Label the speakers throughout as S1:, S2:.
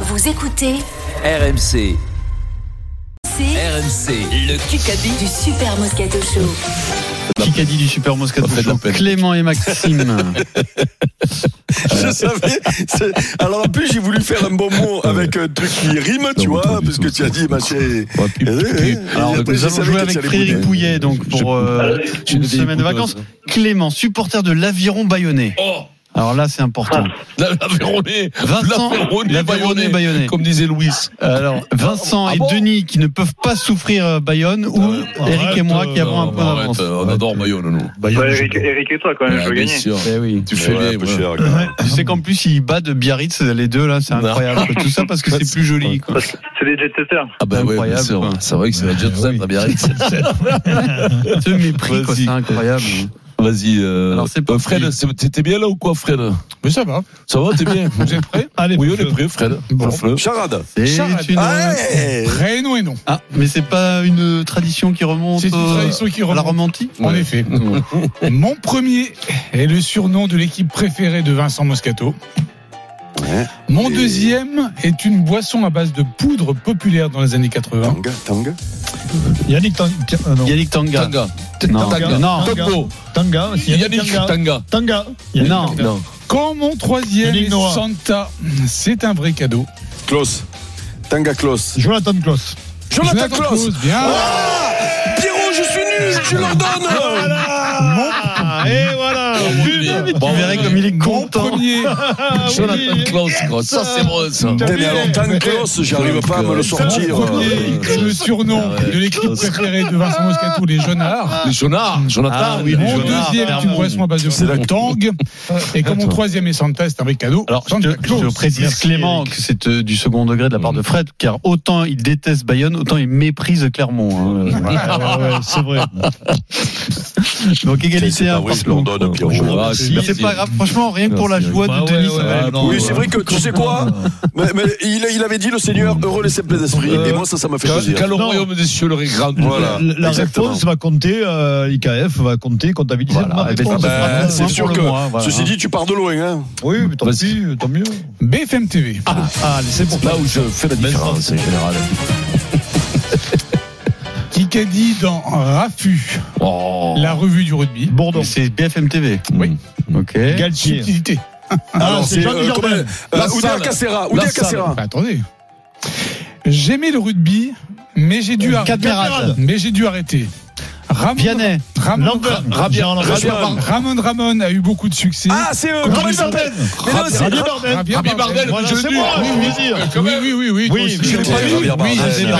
S1: Vous écoutez
S2: RMC,
S1: c'est
S2: RMC, le Kikadi
S1: Euh, du Super Moscato Show.
S3: Kikadi du Super Moscato
S4: Ça fait de la
S3: Show,
S4: peine.
S3: Clément et Maxime.
S5: Je savais. c'est- Alors en plus, j'ai voulu faire un bon mot avec un truc qui rime, tu
S4: Non, pas
S5: vois,
S4: du
S5: parce que
S4: tout.
S5: tu as dit, bah, c'est.
S4: Ouais, puis-
S5: Euh,
S4: puis- puis-
S3: Alors,
S5: Et après,
S3: nous
S5: je
S3: allons
S5: savais
S3: jouer
S5: que
S3: avec
S5: t'allais
S3: Frédéric
S4: goûter.
S3: Pouillet donc,
S4: Je-
S3: pour euh,
S4: je-
S3: une
S4: je-
S3: semaine de vacances. Clément, supporter de l'Aviron Bayonnais.
S6: Oh.
S3: Alors là, c'est important.
S4: La- L'Aveyronais,
S3: Vincent,
S4: l'Aveyronais,
S3: l'Aveyronais
S4: Bayonnais,
S3: Bayonnais.
S4: comme disait Louis.
S3: Alors, Vincent
S4: Ah
S3: et
S4: bon
S3: Denis qui ne peuvent pas souffrir euh, Bayonne ou Eric et moi qui avons un point
S4: Arrête,
S3: d'avance.
S4: euh, on adore Bayonne, nous.
S7: Ouais, Eric, Eric et toi quand même, je
S4: Ah,
S7: veux
S4: bien
S7: gagner.
S4: sûr.
S3: Eh oui.
S4: Tu fais
S5: Ouais, un
S4: bien.
S5: peu
S4: ouais.
S5: cher, quand même.
S3: Tu sais qu'en plus, ils battent Biarritz, les deux, là, c'est
S4: Non.
S3: incroyable. Tout ça parce que c'est plus joli. quoi.
S7: Parce que C'est des jet-setters.
S4: Ah, bah ouais, bien
S3: Incroyable, bah
S4: sûr.
S3: quoi.
S4: C'est vrai que c'est la jet set, la Biarritz.
S3: Ce mépris, quoi,
S4: Vas-y.
S3: c'est incroyable.
S4: Vas-y, euh,
S3: Alors, c'est
S4: euh,
S3: parti.
S4: Fred, c'est- t'étais bien là ou quoi, Fred
S6: Mais ça va.
S4: Ça va, t'es bien
S6: Vous êtes prêts Allez,
S4: Oui, on est prêt, Fred.
S6: Bon.
S4: Fred.
S5: Charade.
S3: C'est
S6: Charade.
S3: une-
S5: Ouais.
S6: Prénom et nom.
S3: Ah, mais c'est pas une tradition qui remonte
S6: C'est une
S3: euh,
S6: tradition
S3: à
S6: qui
S3: la
S6: remonte.
S3: romantique
S6: En effet. Mon premier est le surnom de l'équipe préférée de Vincent Moscato.
S5: Ouais.
S6: Mon
S5: Et-
S6: deuxième est une boisson à base de poudre populaire dans les années 80.
S5: Tang, tang.
S8: Yannick Tang- Ti- euh, non.
S3: Yannick Tanga.
S4: Tanga.
S3: Non,
S4: Tanga.
S3: non.
S4: Togo.
S8: Tanga, aussi,
S4: Yannick
S8: Tanga.
S4: Tanga.
S8: Tanga. Yannick
S3: Non,
S8: Tanga.
S3: non.
S6: Quand mon troisième
S8: Yannick
S6: est
S8: Noah.
S6: Santa, c'est un vrai cadeau.
S5: Klaus. Tanga Klaus.
S8: Jonathan Klaus.
S5: Jonathan Klaus.
S6: Claus, bien.
S5: Ah Pierrot, je suis nul,
S4: Ah,
S5: tu leur donnes.
S8: et voilà.
S4: Bon, euh,
S3: Tu verrais comme il est
S6: Mon
S3: content.
S6: premier,
S4: Jonathan Klaus, quoi. Ça, c'est bon, ça.
S5: Putain, Mais
S4: ah,
S5: alors, Tang Klaus, j'arrive pas à me le sortir.
S6: mon premier est le surnom
S4: Ah ouais,
S6: de l'équipe
S4: Klaus.
S6: préférée de Vincent Moscato, les Jeunes
S4: Les Jonards. Jonathan.
S3: Ah oui, les
S6: Mon
S3: Jonards,
S6: deuxième est une
S3: clairement.
S6: boisson à base de
S5: C'est la-
S6: Tang. Et comme mon troisième est Santa, c'est un vrai cadeau.
S3: Alors, je,
S6: Santa
S3: te- je
S6: Claus.
S3: précise
S8: Merci,
S3: Clément
S8: Eric.
S3: que c'est euh, du second degré de la part de Fred, car autant il déteste Bayonne, autant il méprise Clermont. hein.
S8: c'est vrai.
S3: Donc égalité
S5: C'est pas
S3: un
S5: vrai, je leur
S3: partout.
S5: donne, Pierrot.
S4: Ah, si,
S3: Mais
S4: si.
S3: c'est pas grave, franchement, rien que pour la
S4: Merci,
S3: joie
S8: Bah
S3: de
S8: ouais,
S3: Denis,
S8: ouais,
S3: ça va
S8: ouais,
S3: être-
S8: non,
S5: Oui, c'est vrai que tu sais
S4: ah,
S5: quoi mais, mais il, il avait dit le Seigneur, heureux les simples d'esprit.
S4: Euh,
S5: Et moi, ça, ça m'a fait
S4: Qu'à
S5: plaisir.
S4: qu'à le royaume des cieux, le grand.
S5: Voilà.
S8: La- La
S5: Exactement.
S8: réponse va compter, euh, l'IKF va compter, comptabiliser
S3: Voilà,
S8: ma
S3: eh ben,
S8: réponse.
S6: bah,
S3: ça va.
S5: Ben,
S8: Ah,
S5: c'est
S3: Point
S5: sûr
S3: pour le
S5: que,
S3: mois, voilà.
S5: ceci dit, tu pars de loin. Hein.
S8: Oui, mais tant
S4: Vas-y.
S8: pis, tant mieux.
S6: BFM TV.
S8: Ah, allez, c'est pour
S4: Là
S8: toi.
S4: où je fais la différence, en général.
S6: Kikadi dans Rafu,
S4: Oh.
S6: la revue du rugby.
S8: Bourdon.
S3: Mais C'est BFM TV.
S4: Oui.
S3: Ok.
S8: Galtier.
S6: Subtilité.
S8: Ah, c'est Jean
S5: euh, comment-
S8: Dujardin.
S5: euh,
S4: La
S5: Oudéa
S4: salle.
S5: Cacera.
S4: La
S5: Oudéa
S4: salle.
S5: Cacera.
S6: Bah, attendez. J'aimais le rugby, mais j'ai dû arrêter.
S8: Cadmerade.
S6: Mais j'ai dû arrêter. Ramon,
S3: Vianney.
S6: Ramon,
S8: Lambert.
S4: Rabia,
S8: Gérard
S5: Rabia
S4: Rabia,
S5: Bardel.
S6: Ramon Ramon a eu beaucoup de succès.
S5: Ah, c'est eux. Comment ils s'appellent Mais non, c'est-
S8: Javier Bardem.
S6: Rabia
S4: Rabia Bardel,
S8: Voilà,
S4: je le
S8: c'est
S4: dis.
S8: moi,
S4: Oui,
S8: je
S4: oui.
S8: veux dire.
S4: Quand même.
S6: Oui, oui, oui.
S8: Oui,
S6: oui, toi aussi.
S8: j'ai pas
S5: vu. Rabia Bardel.
S4: Oui,
S5: Ah,
S4: c'est
S5: Rabia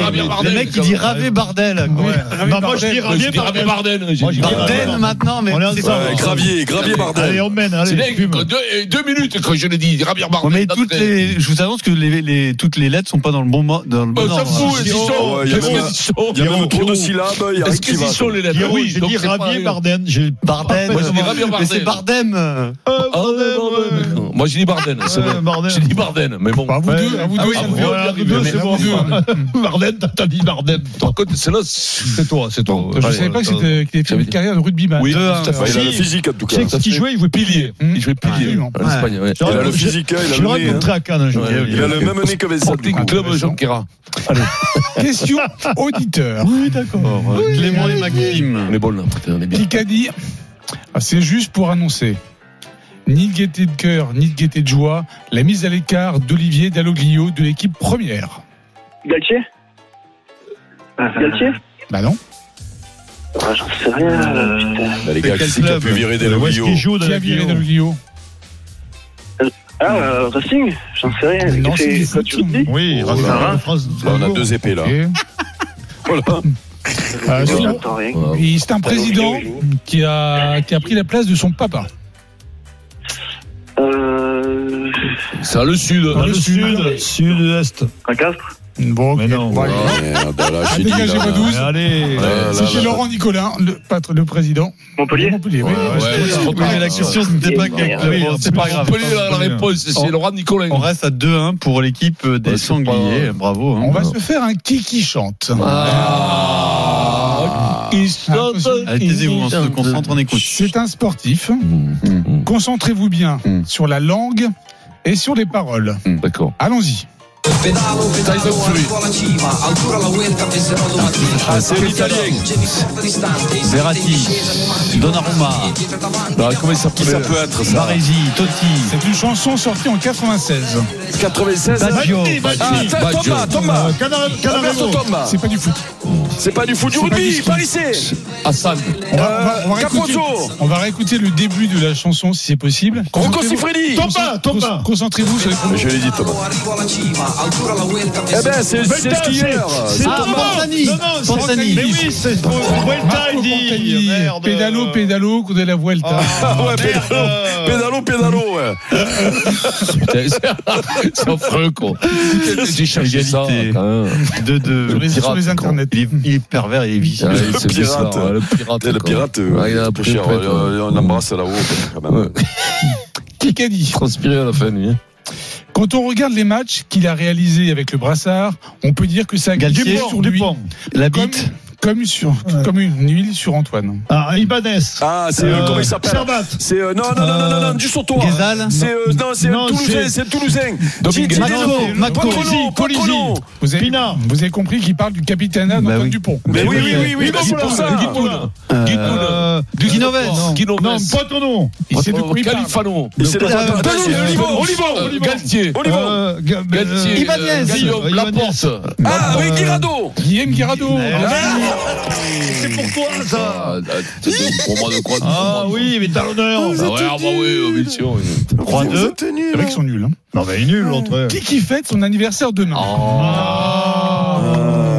S5: Bardel. Oui.
S4: Rabia Bardel. Rabia
S3: Le
S4: Bardel,
S3: mec il
S4: comme-
S3: dit Ravé Bardel. quoi.
S6: Ouais.
S8: Bah, moi, je dis
S4: Moi, je
S8: Ravier
S4: dis Rabia
S8: Bardem.
S4: Bardel. j'ai
S8: Moi,
S4: dit
S8: je dis
S4: Rabia
S3: Bardel
S4: Bardel.
S3: maintenant, mais
S8: On est
S3: c'est
S8: ensemble.
S3: pas-
S5: Ouais, Euh, Gravier, Ah, Gravier
S8: Allez,
S5: Bardel.
S8: on mène,
S4: C'est
S8: allez.
S4: dingue,
S8: fume.
S4: quoi. Deux, deux minutes quand je l'ai dit, Rabia
S3: Ouais,
S4: Bardel.
S3: mais toutes les, je vous annonce que les, les- toutes les lettres sont pas dans le bon, mo- dans le bon
S4: Oh, ça
S3: ordre.
S4: fout, ils y
S8: Giroud,
S4: sont.
S5: ouais, il y a
S4: Qu'est-ce
S5: même-
S4: qu'ils y sont
S5: Il y a même
S4: Giroud.
S5: trop de syllabes. Il y a rien
S4: Est-ce
S5: qui
S4: qu'ils
S5: va.
S4: y sont, les lettres
S8: Giroud,
S4: Bah Oui,
S8: j'ai
S4: donc
S8: dit
S4: c'est pas-
S8: Ravier Bardem. J'ai
S3: Bardem.
S4: Moi, je dis Ravier
S3: mais c'est
S4: Bardem.
S3: Bardem. euh.
S8: Euh,
S4: Ah,
S8: Bardem, ouais.
S4: Bardel. Moi, j'ai dit Bardel, c'est
S8: Ouais,
S4: vrai.
S8: Bardem.
S4: J'ai dit Bardel, mais bon.
S6: À vous deux, à vous
S8: Ah
S6: deux,
S8: oui,
S6: ça me fait
S8: voilà,
S6: envie d'y
S8: deux,
S6: arriver.
S8: c'est
S6: Mais
S8: bon.
S6: à vous deux.
S8: Bardem, t'as- t'as dit Bardem.
S4: Par contre, c'est là. C'est toi, c'est toi.
S6: Je savais pas que c'était qu'il avait fait
S4: J'avais
S6: une
S4: dit.
S6: carrière de rugbyman.
S4: Oui,
S6: Euh,
S4: tout à
S5: Enfin,
S4: fait.
S5: il a la
S8: Si.
S5: physique, en tout
S8: Tu
S5: cas.
S8: sais que qui jouait, il jouait pilier.
S6: Hmm.
S4: Il jouait pilier
S6: Absolument.
S4: en Espagne. ouais.
S5: Il a le physique, hein,
S8: Je
S5: il a
S8: l'aurais
S5: le nez. hein.
S8: montré à Cannes. un jour.
S4: Ouais,
S5: Il a le même nez que Vincent. du
S4: Sporting
S5: coup.
S4: Club Jonquera.
S6: Question auditeur.
S8: Oui, d'accord.
S3: Euh, Clément et
S4: On
S3: Maxime.
S4: est bon là, putain, on est bien.
S6: Kikadi, ah, c'est juste pour annoncer. Ni de gaieté de cœur, ni de gaieté de joie, la mise à l'écart d'Olivier Dalloglio de l'équipe première.
S9: Galtier Galtier
S6: Bah non.
S9: Euh, ah, J'en sais rien,
S6: Euh,
S9: là, putain.
S5: Bah, Les gars, qui c'est qui a pu virer des
S8: Où est-ce
S5: lobios
S8: qu'il joue dans
S6: Qui a
S8: la
S6: viré
S8: vidéo
S6: Dalloglio
S9: Ah, euh, Racing J'en sais rien.
S6: Non, c'est du
S9: quoi, tu
S6: foot.
S9: dis
S8: Oui,
S5: Oh
S8: Racing
S5: là là.
S8: de France.
S5: Là, on a deux épées, là. Voilà.
S6: Ah,
S9: Non,
S6: si.
S9: j'entends rien.
S6: Et C'est un président qui a, qui a pris la place de son papa.
S9: Euh.
S4: C'est à le sud.
S8: Dans le
S6: le
S8: sud, sud-est.
S9: Un castre
S6: Bon,
S8: Mais non.
S6: Bon,
S5: Ah, merde, là, j'ai dit, là,
S6: dégagez-moi
S5: là.
S6: douze.
S8: Mais
S3: Ah,
S8: Allez.
S5: Ouais, là,
S6: C'est
S5: là.
S6: Laurent Nicolin, le, patron- le président.
S9: Montpellier
S6: Montpellier, oui.
S4: Ouais, ouais, c'est trop
S3: Oui, mais la question, c'était pas
S4: Ah,
S9: Oui,
S3: Clément. Ah, C'est pas grave.
S4: Montpellier, la, la réponse, c'est
S3: On-
S4: Laurent Nicolin.
S3: On reste à 2-1 pour l'équipe des
S4: Ouais, c'est
S3: sangliers.
S4: pas-
S3: Bravo. hein.
S6: On va se faire un qui qui chante.
S4: Ah.
S6: Attention.
S3: Allez, taisez-vous, on se concentre, on écoute.
S6: C'est un sportif.
S4: Mmh.
S6: Concentrez-vous bien
S3: Mm.
S6: sur la langue et sur les paroles.
S4: mm. D'accord.
S6: Allons-y.
S4: Tyson Fury.
S5: Ah, c'est l'italien.
S3: Verratti, Donnarumma,
S4: Bah, comment il
S5: Qui
S4: s'appelle
S5: ça peut être ça
S3: Baresi, Totti,
S6: C'est une chanson sortie en 96.
S5: 96
S3: Baggio.
S5: Ah, attends,
S4: Baggio.
S5: Thomas, Thomas Alberto Thomas
S6: Euh, C'est pas du foot.
S5: C'est pas du foot du
S6: C'est pas du
S5: rugby,
S6: ski.
S5: pas lycée
S4: Hassan.
S6: On va, on va- on va
S5: Capozzo.
S6: réécouter- on va réécouter le début de la chanson si c'est possible.
S5: Rocco
S6: Concentrez-vous-
S5: Siffredi
S8: Thomas, Thomas.
S6: Con- Concentrez-vous sur les pronoms.
S5: Je l'ai dit, Thomas. Eh ben, c'est c'est le skieur
S8: C'est
S3: Ah,
S8: Thomas.
S3: Panzani.
S8: Non, non, c'est-
S3: Panzani.
S8: Mais oui, c'est Vuelta,
S6: Marco
S8: il dit.
S6: Pantani,
S8: Merde.
S6: pédalo, pédalo, coup de la Vuelta.
S5: Ah ouais,
S8: Merde.
S5: pédalo, pédalo, pédalo, ouais.
S4: Putain, c'est- C'est affreux, quoi. J'ai cherché ça,
S3: Égalité.
S4: quand même.
S3: de, de...
S6: Sur les, sur les internets.
S3: Il, est, il est pervers et vicieux.
S4: Ah,
S5: Le
S4: c'est
S5: pirate.
S4: bizarre, ouais, Le pirate.
S5: Le
S4: quoi.
S5: pirate, euh,
S4: Ouais, il a un
S5: trop
S4: peu
S5: cher,
S4: près,
S5: ouais,
S4: quoi.
S5: on l'embrasse là-haut, quand même.
S4: Ouais.
S6: Qui qu'a dit
S4: Transpiré à la fin, lui. hein.
S6: Quand on regarde les matchs qu'il a réalisés avec le brassard, on peut dire que ça a
S3: Galtier,
S6: glissé sur lui
S8: Dupont.
S3: La
S6: comme,
S3: bite.
S6: comme sur, comme une huile sur Antoine.
S8: Ah, Ibanez.
S5: Ah, c'est euh,
S8: Euh,
S5: comment il s'appelle
S8: Servat.
S5: C'est euh, non, non, non, non, non, non, du sur toi.
S3: Guézal.
S5: C'est euh, non, c'est
S8: Non,
S5: Toulousain,
S8: c'est-
S5: c'est Toulousain. Dis-
S6: Domingue.
S5: dis-
S3: Macron,
S5: dis-
S3: Macron.
S5: pas trop long, pas trop
S8: Colisi,
S5: long.
S6: Vous avez,
S8: Pinard.
S6: vous avez compris qu'il parle du capitana d'Antoine
S3: oui.
S6: Dupont.
S5: Mais Bah oui, oui, oui, oui,
S8: Guy
S5: bah, c'est
S8: Poulin,
S5: pour ça.
S8: Guy Poulin. Euh,
S3: Guinoves.
S4: Guinoves.
S8: Non, pas ton nom.
S6: Il sait de quoi il parle.
S4: Califano.
S5: Et c'est le
S3: Euh,
S5: Belou,
S3: Belou,
S5: Olivon, Olivon,
S4: Euh,
S5: Olivon.
S4: Galtier.
S5: Olivon.
S8: Euh, Ga-
S4: Galtier.
S8: euh,
S3: Ibanez.
S4: Guillaume
S8: Ibanez.
S4: Laporte.
S5: Ah, oui, Guirado.
S6: Guillaume Guirado. Ah,
S8: C'est pour toi, ça.
S4: Ah, ah, c'est pour moi de quoi
S8: Ah oui, mais t'as l'honneur.
S4: Ah ouais, ah bah oui, oh, bien sûr, oui.
S3: 3-2.
S6: Les mecs sont nuls. hein.
S8: Non, mais il est nul,
S3: Ah.
S8: l'autre.
S6: Qui qui fête son anniversaire demain Ah,
S5: Ah,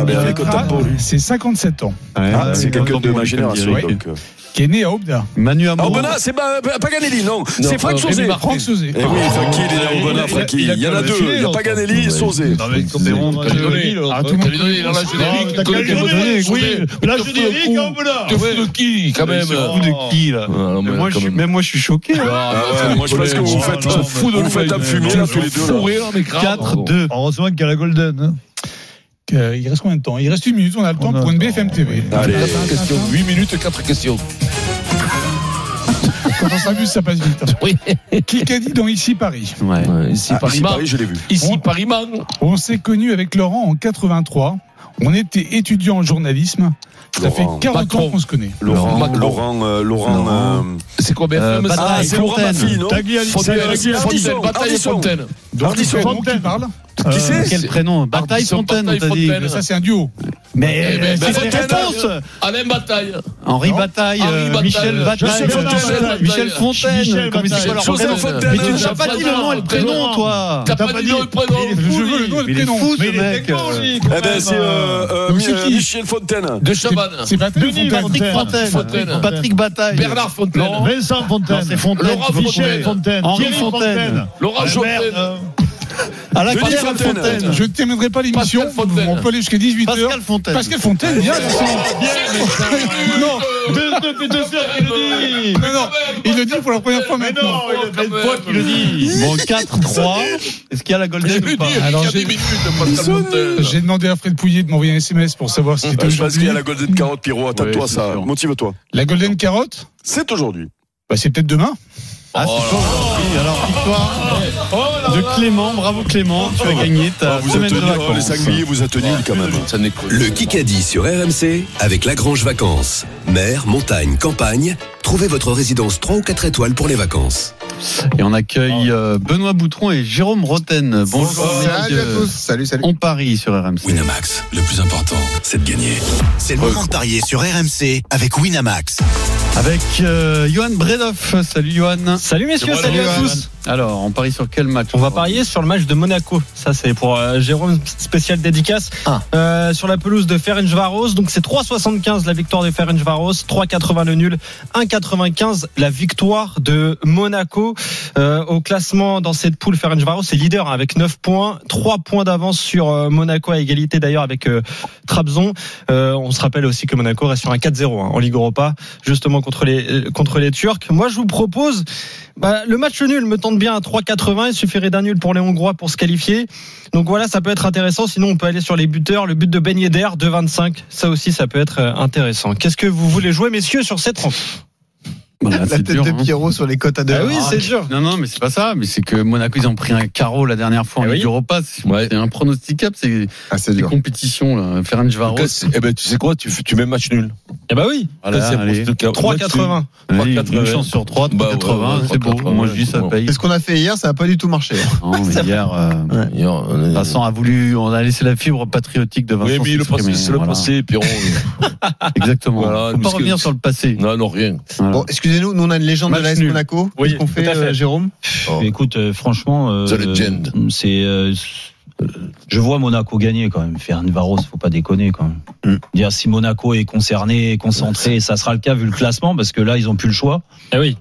S5: mais
S6: Il
S5: avec
S6: fêtera
S5: autant pour lui.
S6: ses 57 ans,
S5: Ah, c'est quelqu'un de
S3: comme
S5: ma génération.
S3: dirait.
S5: donc, euh.
S6: qui est né à Obda.
S3: Manu
S5: Ah,
S3: Amour.
S5: Obena, c'est pas pas Paganelli, non. C'est Franck
S4: euh,
S5: Sauzé.
S4: Rémi Martin.
S6: Franck Sauzé.
S5: Eh oui, Francky, il est là, Obena,
S8: il-
S5: Francky.
S8: il a
S5: Il y en a
S8: quand même
S5: deux.
S8: filé,
S5: Il y a
S8: l'autre.
S5: Paganelli et Sauzé.
S8: Non, mais complètement.
S4: T'as donné,
S6: Ah, tout
S4: t'as
S6: le monde
S4: donné dans la
S8: Non,
S4: générique.
S8: t'as
S4: t'as
S8: qu'à le
S4: donné,
S8: donner,
S4: sur
S8: oui.
S4: des-
S8: Là,
S4: sur
S8: je
S4: des
S8: dirais
S4: coups.
S8: qu'on peut là.
S4: Te fous de qui, quand même euh,
S3: Vous de qui, là
S4: Ah, non, mais
S3: moi, je
S4: quand
S3: suis-
S4: même.
S3: Même moi, je suis choqué. là.
S4: Ah,
S5: Ah ouais, moi, je pense que vous
S8: non,
S5: faites
S8: non,
S5: vous fous de
S8: non,
S5: nous faites
S8: non,
S5: un
S8: non,
S5: fumier,
S8: non,
S5: là, tous les deux. là.
S4: Fourré, là, mais grave.
S3: 4-2.
S8: Heureusement qu'il y a la Golden. hein.
S6: Euh, Il reste combien de temps Il reste une minute, on a le temps
S8: a
S6: pour
S8: le
S6: une
S8: temps,
S6: BFM TV.
S5: Allez.
S4: Quatre questions. 8 minutes, 4 questions.
S6: Quand on s'amuse, ça passe vite.
S4: Oui.
S6: Qui qu'a dit dans Ici Paris
S3: Ouais.
S4: Ici,
S5: Ah,
S4: Paris,
S5: ici, Paris, je l'ai vu.
S4: Ici, Paris, man.
S6: On s'est connu avec Laurent en 83. On était étudiant en journalisme. Ça fait
S5: Laurent.
S6: 40
S4: Macron.
S6: ans qu'on se connaît.
S5: Laurent,
S4: Macron.
S5: Laurent, euh, Laurent. euh,
S4: C'est quoi
S3: Euh,
S4: BFM ça
S5: Ah,
S3: Bataille,
S5: c'est Laurent
S3: Fontaine.
S5: Baffy, non
S8: Tagliani,
S4: Fontaine,
S8: Tagliani,
S4: Fontaine,
S5: Ardisson,
S4: Bataille et
S5: Ardisson.
S4: Fontaine.
S6: Donc,
S5: Ardisson.
S6: le prénom qui parle.
S5: Qui
S8: Euh,
S5: c'est
S3: Quel prénom Bataille
S4: Ardisson,
S3: Fontaine, on
S4: Bataille,
S3: t'a dit.
S4: Fontaine.
S6: Ça, c'est un duo.
S3: Mais,
S4: Mais-
S3: c'est
S4: mais-
S3: les
S5: Fontaine,
S3: réponses.
S4: Alain Bataille.
S3: Henri
S6: Non.
S3: Bataille,
S4: Henri
S3: euh,
S4: Bataille.
S3: Michel Bataille,
S8: Joseph
S3: Fontaine,
S8: Bataille.
S3: Michel Fontaine,
S8: Michel
S3: comme c'est
S8: Bataille.
S3: quoi leur
S5: Joseph
S3: prénom
S5: Fontaine.
S3: Mais tu nous as
S4: Joseph
S3: pas dit le nom et le
S4: Fontaine.
S3: prénom, toi
S4: T'as
S8: T'as
S4: pas
S8: pas
S4: dit
S8: dit-
S4: le prénom.
S6: Je veux le nom
S3: Mais
S6: et
S3: il
S6: le
S3: est
S6: prénom.
S3: fou
S8: Mais
S3: ce
S8: il était
S3: mec
S8: con,
S3: euh.
S8: lui, quand
S5: Eh ben,
S8: même,
S5: c'est
S8: euh,
S5: euh, euh,
S6: Donc,
S5: Mi-
S6: c'est qui
S5: Michel Fontaine. Euh,
S4: De Chabannes.
S6: C'est Bataille ou
S8: Denis
S6: Fontaine
S8: Patrick
S3: Fontaine,
S4: Fontaine.
S3: Patrick Bataille,
S4: Bernard Fontaine.
S8: Vincent Fontaine.
S3: Non, c'est Fontaine,
S4: Laurent
S3: tu peux
S4: Fontaine.
S8: Michel
S3: comprendre.
S8: Fontaine.
S3: Henri
S8: Thierry
S3: Fontaine.
S4: Laura
S8: Ah, merde,
S4: Jordan.
S8: euh,
S3: À la
S5: Denis
S3: Pierre
S5: Fontaine.
S3: Fontaine,
S6: Je ne terminerai pas l'émission.
S4: Pascal Fontaine.
S6: On peut aller jusqu'à 18h.
S3: Pascal Fontaine.
S6: Pascal Fontaine, viens, Vincent. Non,
S8: Deux, deux, deux, deux, deux, il le dit.
S6: non, non. Il le dit pour la première fois
S8: Mais
S6: maintenant.
S8: non, il le fait une fois qu'il le dit.
S3: Bon, 4-3. Est-ce qu'il y a la
S4: J'ai
S3: Golden
S4: vu
S3: ou pas
S4: dire,
S6: Alors,
S4: il y a
S6: j'ai-
S4: des minutes, Pascal Fontaine.
S6: J'ai demandé à Fred Pouillet de m'envoyer un SMS pour savoir si c'était
S5: Euh, Je pense qu'il
S6: aujourd'hui.
S5: y a la Golden Carotte, Pierrot. Attends-toi, ça. Motive-toi.
S6: La Golden Carotte
S5: C'est aujourd'hui.
S6: bah, C'est peut-être demain.
S3: Ah, c'est chaud. Oui, alors victoire de Clément. Bravo Clément, tu as gagné ta
S5: Ah, Vous
S3: semaine
S5: êtes
S3: de
S5: nuls, oh, les
S3: vacances.
S5: sangliers, vous êtes nuls quand même.
S4: Ça n'écoute.
S10: Le Kikadi sur RMC avec Lagrange Vacances. Mer, montagne, campagne, trouvez votre résidence 3 ou 4 étoiles pour les vacances.
S3: Et on
S11: Ah
S3: accueille euh, Benoît Boutron et Jérôme Roten. Bonjour. messieurs.
S6: Salut, salut.
S3: On parie sur RMC.
S10: Winamax, le plus important, c'est de gagner.
S12: C'est le moment de parier sur RMC avec Winamax.
S3: Avec euh, Johan Bredoff. Salut Johan.
S11: Salut messieurs, salut à tous.
S3: Alors, on parie sur quel match
S11: On va parier sur le match de Monaco. Ça c'est pour euh, Jérôme spécial dédicace Euh, sur la pelouse de Ferencvaros. Donc c'est 3,75 la victoire de Ferencvaros, 3,80 le nul, 1,95 la victoire de Monaco. Euh, au classement dans cette poule, Ferencvaros est leader hein, avec 9 points, 3 points d'avance sur euh, Monaco à égalité d'ailleurs avec euh, Trabzon. Euh, on se rappelle aussi que Monaco reste sur un 4-0 hein, en Ligue Europa justement contre les euh, contre les Turcs. Moi je vous propose bah, le match nul me tente bien à 3,80. Il suffirait d'un nul pour les Hongrois pour se qualifier. Donc voilà, ça peut être intéressant. Sinon, on peut aller sur les buteurs. Le but de Ben Yedder, 2,25. Ça aussi, ça peut être euh, intéressant. Qu'est-ce que vous voulez jouer, messieurs, sur cette rencontre Ah
S3: Voilà,
S8: La
S3: c'est
S8: tête
S3: dur,
S8: de
S3: hein.
S8: Pierrot sur les côtes à deux. Ah,
S3: dur. Non, non, mais c'est pas ça. Mais c'est que Monaco, ils ont pris un carreau la dernière fois en
S4: Eh oui.
S3: Ligue Europa. C'est c'est impronosticable, ces,
S8: Ah, c'est
S3: ces
S8: dur.
S3: compétitions. Là. Ferencvaros.
S4: Lucas, eh ben, tu sais quoi, tu, fais- tu mets match nul.
S11: Eh bah oui,
S3: Voilà,
S4: Ça, c'est
S3: allez.
S4: pour ce cas-
S11: 3,80.
S4: match nul.
S3: Allez, une chance sur trois,
S4: Bah ouais,
S3: 80,
S4: ouais,
S3: c'est beau.
S4: 3,80,
S3: Moi, je dis ça
S4: bon.
S3: paye.
S8: C'est ce qu'on a fait hier, ça n'a pas du tout marché.
S3: Non, mais hier, euh,
S4: Hier, on est-
S3: Vincent a voulu, on a laissé la fibre patriotique de Vincent.
S4: Oui, mais le
S3: s'exprimer,
S4: passé, c'est le
S3: voilà.
S4: passé, Pierrot.
S3: Exactement.
S4: Voilà,
S3: Faut
S4: nous,
S3: pas
S4: ce que-
S3: revenir sur le passé.
S4: Non, non, rien.
S3: Voilà.
S8: Bon, excusez-nous, nous on a une légende
S3: Match
S8: de l'AS
S3: nul.
S8: Monaco.
S11: Oui,
S8: Qu'est-ce qu'on
S11: tout
S8: fait,
S11: à fait.
S8: euh, Jérôme
S4: Oh.
S11: Mais Écoute, euh, franchement, euh,
S4: The legend.
S11: euh, c'est. euh, euh, je vois Monaco gagner quand même. Faire Varos, faut pas déconner quand même.
S8: Mm.
S11: Dire si Monaco est concerné, concentré, ça sera le cas vu le classement parce que là ils ont plus le choix.
S2: Eh
S11: Ah oui.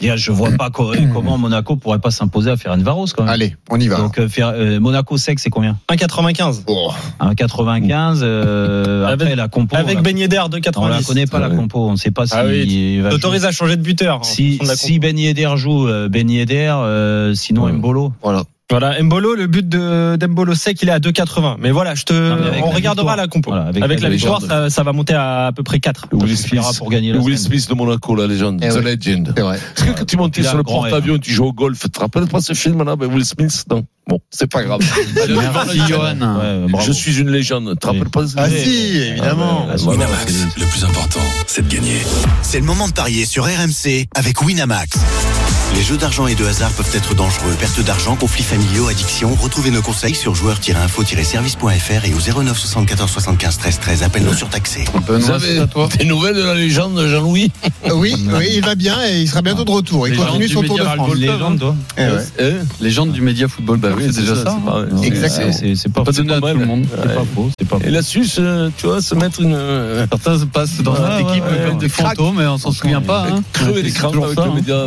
S11: Dire je vois pas co- comment Monaco pourrait pas s'imposer à Faire Varos quand même.
S8: Mm. Allez, on y va.
S11: Donc euh, Fer- euh, Monaco sec c'est combien 1,95.
S8: Oh.
S11: 1,95. euh,
S2: Avec-
S11: après la compo. on la-
S2: Beignet d'air de
S11: on la connaît pas la compo, on ne sait pas si
S2: Ah oui,
S11: il va jouer.
S2: à changer de buteur.
S11: Si, si Ben Yedder joue, euh, Ben Yedder, euh, sinon
S4: Ouais.
S11: Mbolo.
S8: Voilà.
S2: Voilà, Mbolo, le but d'Mbolo sec, il est à 2,80. Mais voilà, je te,
S11: Non, mais avec
S2: on
S11: la
S2: regardera
S11: victoire.
S2: la compo.
S11: Voilà,
S2: avec, la victoire, ça, ça va monter à à peu près 4.
S11: Ça
S4: Will
S11: suffira
S4: Smith.
S11: pour gagner
S4: Le
S11: la
S4: Will
S11: semaine.
S4: Smith de Monaco, la légende.
S8: Eh
S4: The
S8: ouais.
S4: legend.
S8: C'est vrai.
S4: Est-ce que quand tu montais
S11: Il a
S4: sur le
S11: un grand
S4: porte-avions, tu jouais au golf, tu te rappelles pas ce film là avec Will Smith Non. Bon, c'est pas grave. Allez, on y va, la
S3: Merci,
S4: légende.
S3: Johan.
S11: Ouais, bravo.
S4: Je suis une légende. Tu te rappelles pas ce
S8: Ah
S4: film
S8: si, évidemment.
S4: Ah, ouais, voilà.
S12: Winamax, le plus important, c'est de gagner. C'est le moment de parier sur RMC avec Winamax. Les jeux d'argent et de hasard peuvent être dangereux. Perte d'argent, conflits familiaux, addiction. Retrouvez nos conseils sur joueurs-info-service.fr et au 09 74 75 13 13. Appel non surtaxé.
S4: Vous
S3: Benoît,
S4: avez
S3: c'est à toi.
S4: des nouvelles de la légende de Jean-Louis
S8: Euh, Oui, oui, il va bien et il sera bientôt de retour. Il
S3: Ah. Légende
S8: continue
S3: du
S8: son tour de
S3: médiéval
S8: France.
S3: golf. Légende,
S11: toi.
S8: Eh ouais.
S4: Eh
S3: Légende du média football, bah oui, c'est déjà ça.
S4: hein Ah c'est pas-
S3: Non,
S4: c'est-
S8: Exactement.
S11: C'est c'est pas,
S3: Pas donné à tout
S4: mal. hein.
S3: le monde.
S11: c'est pas faux. C'est pas faux.
S4: Et là-dessus, euh, tu vois, se mettre une. euh,
S3: Certains se passent dans
S4: Ouais,
S3: cette
S4: ouais,
S3: équipe
S4: ouais,
S3: comme
S4: ouais.
S3: des fantômes, mais on s'en souvient pas. hein.
S4: Crever
S3: C'est
S4: les crânes
S3: toujours
S4: avec
S3: ça,
S4: le
S3: hein.
S4: média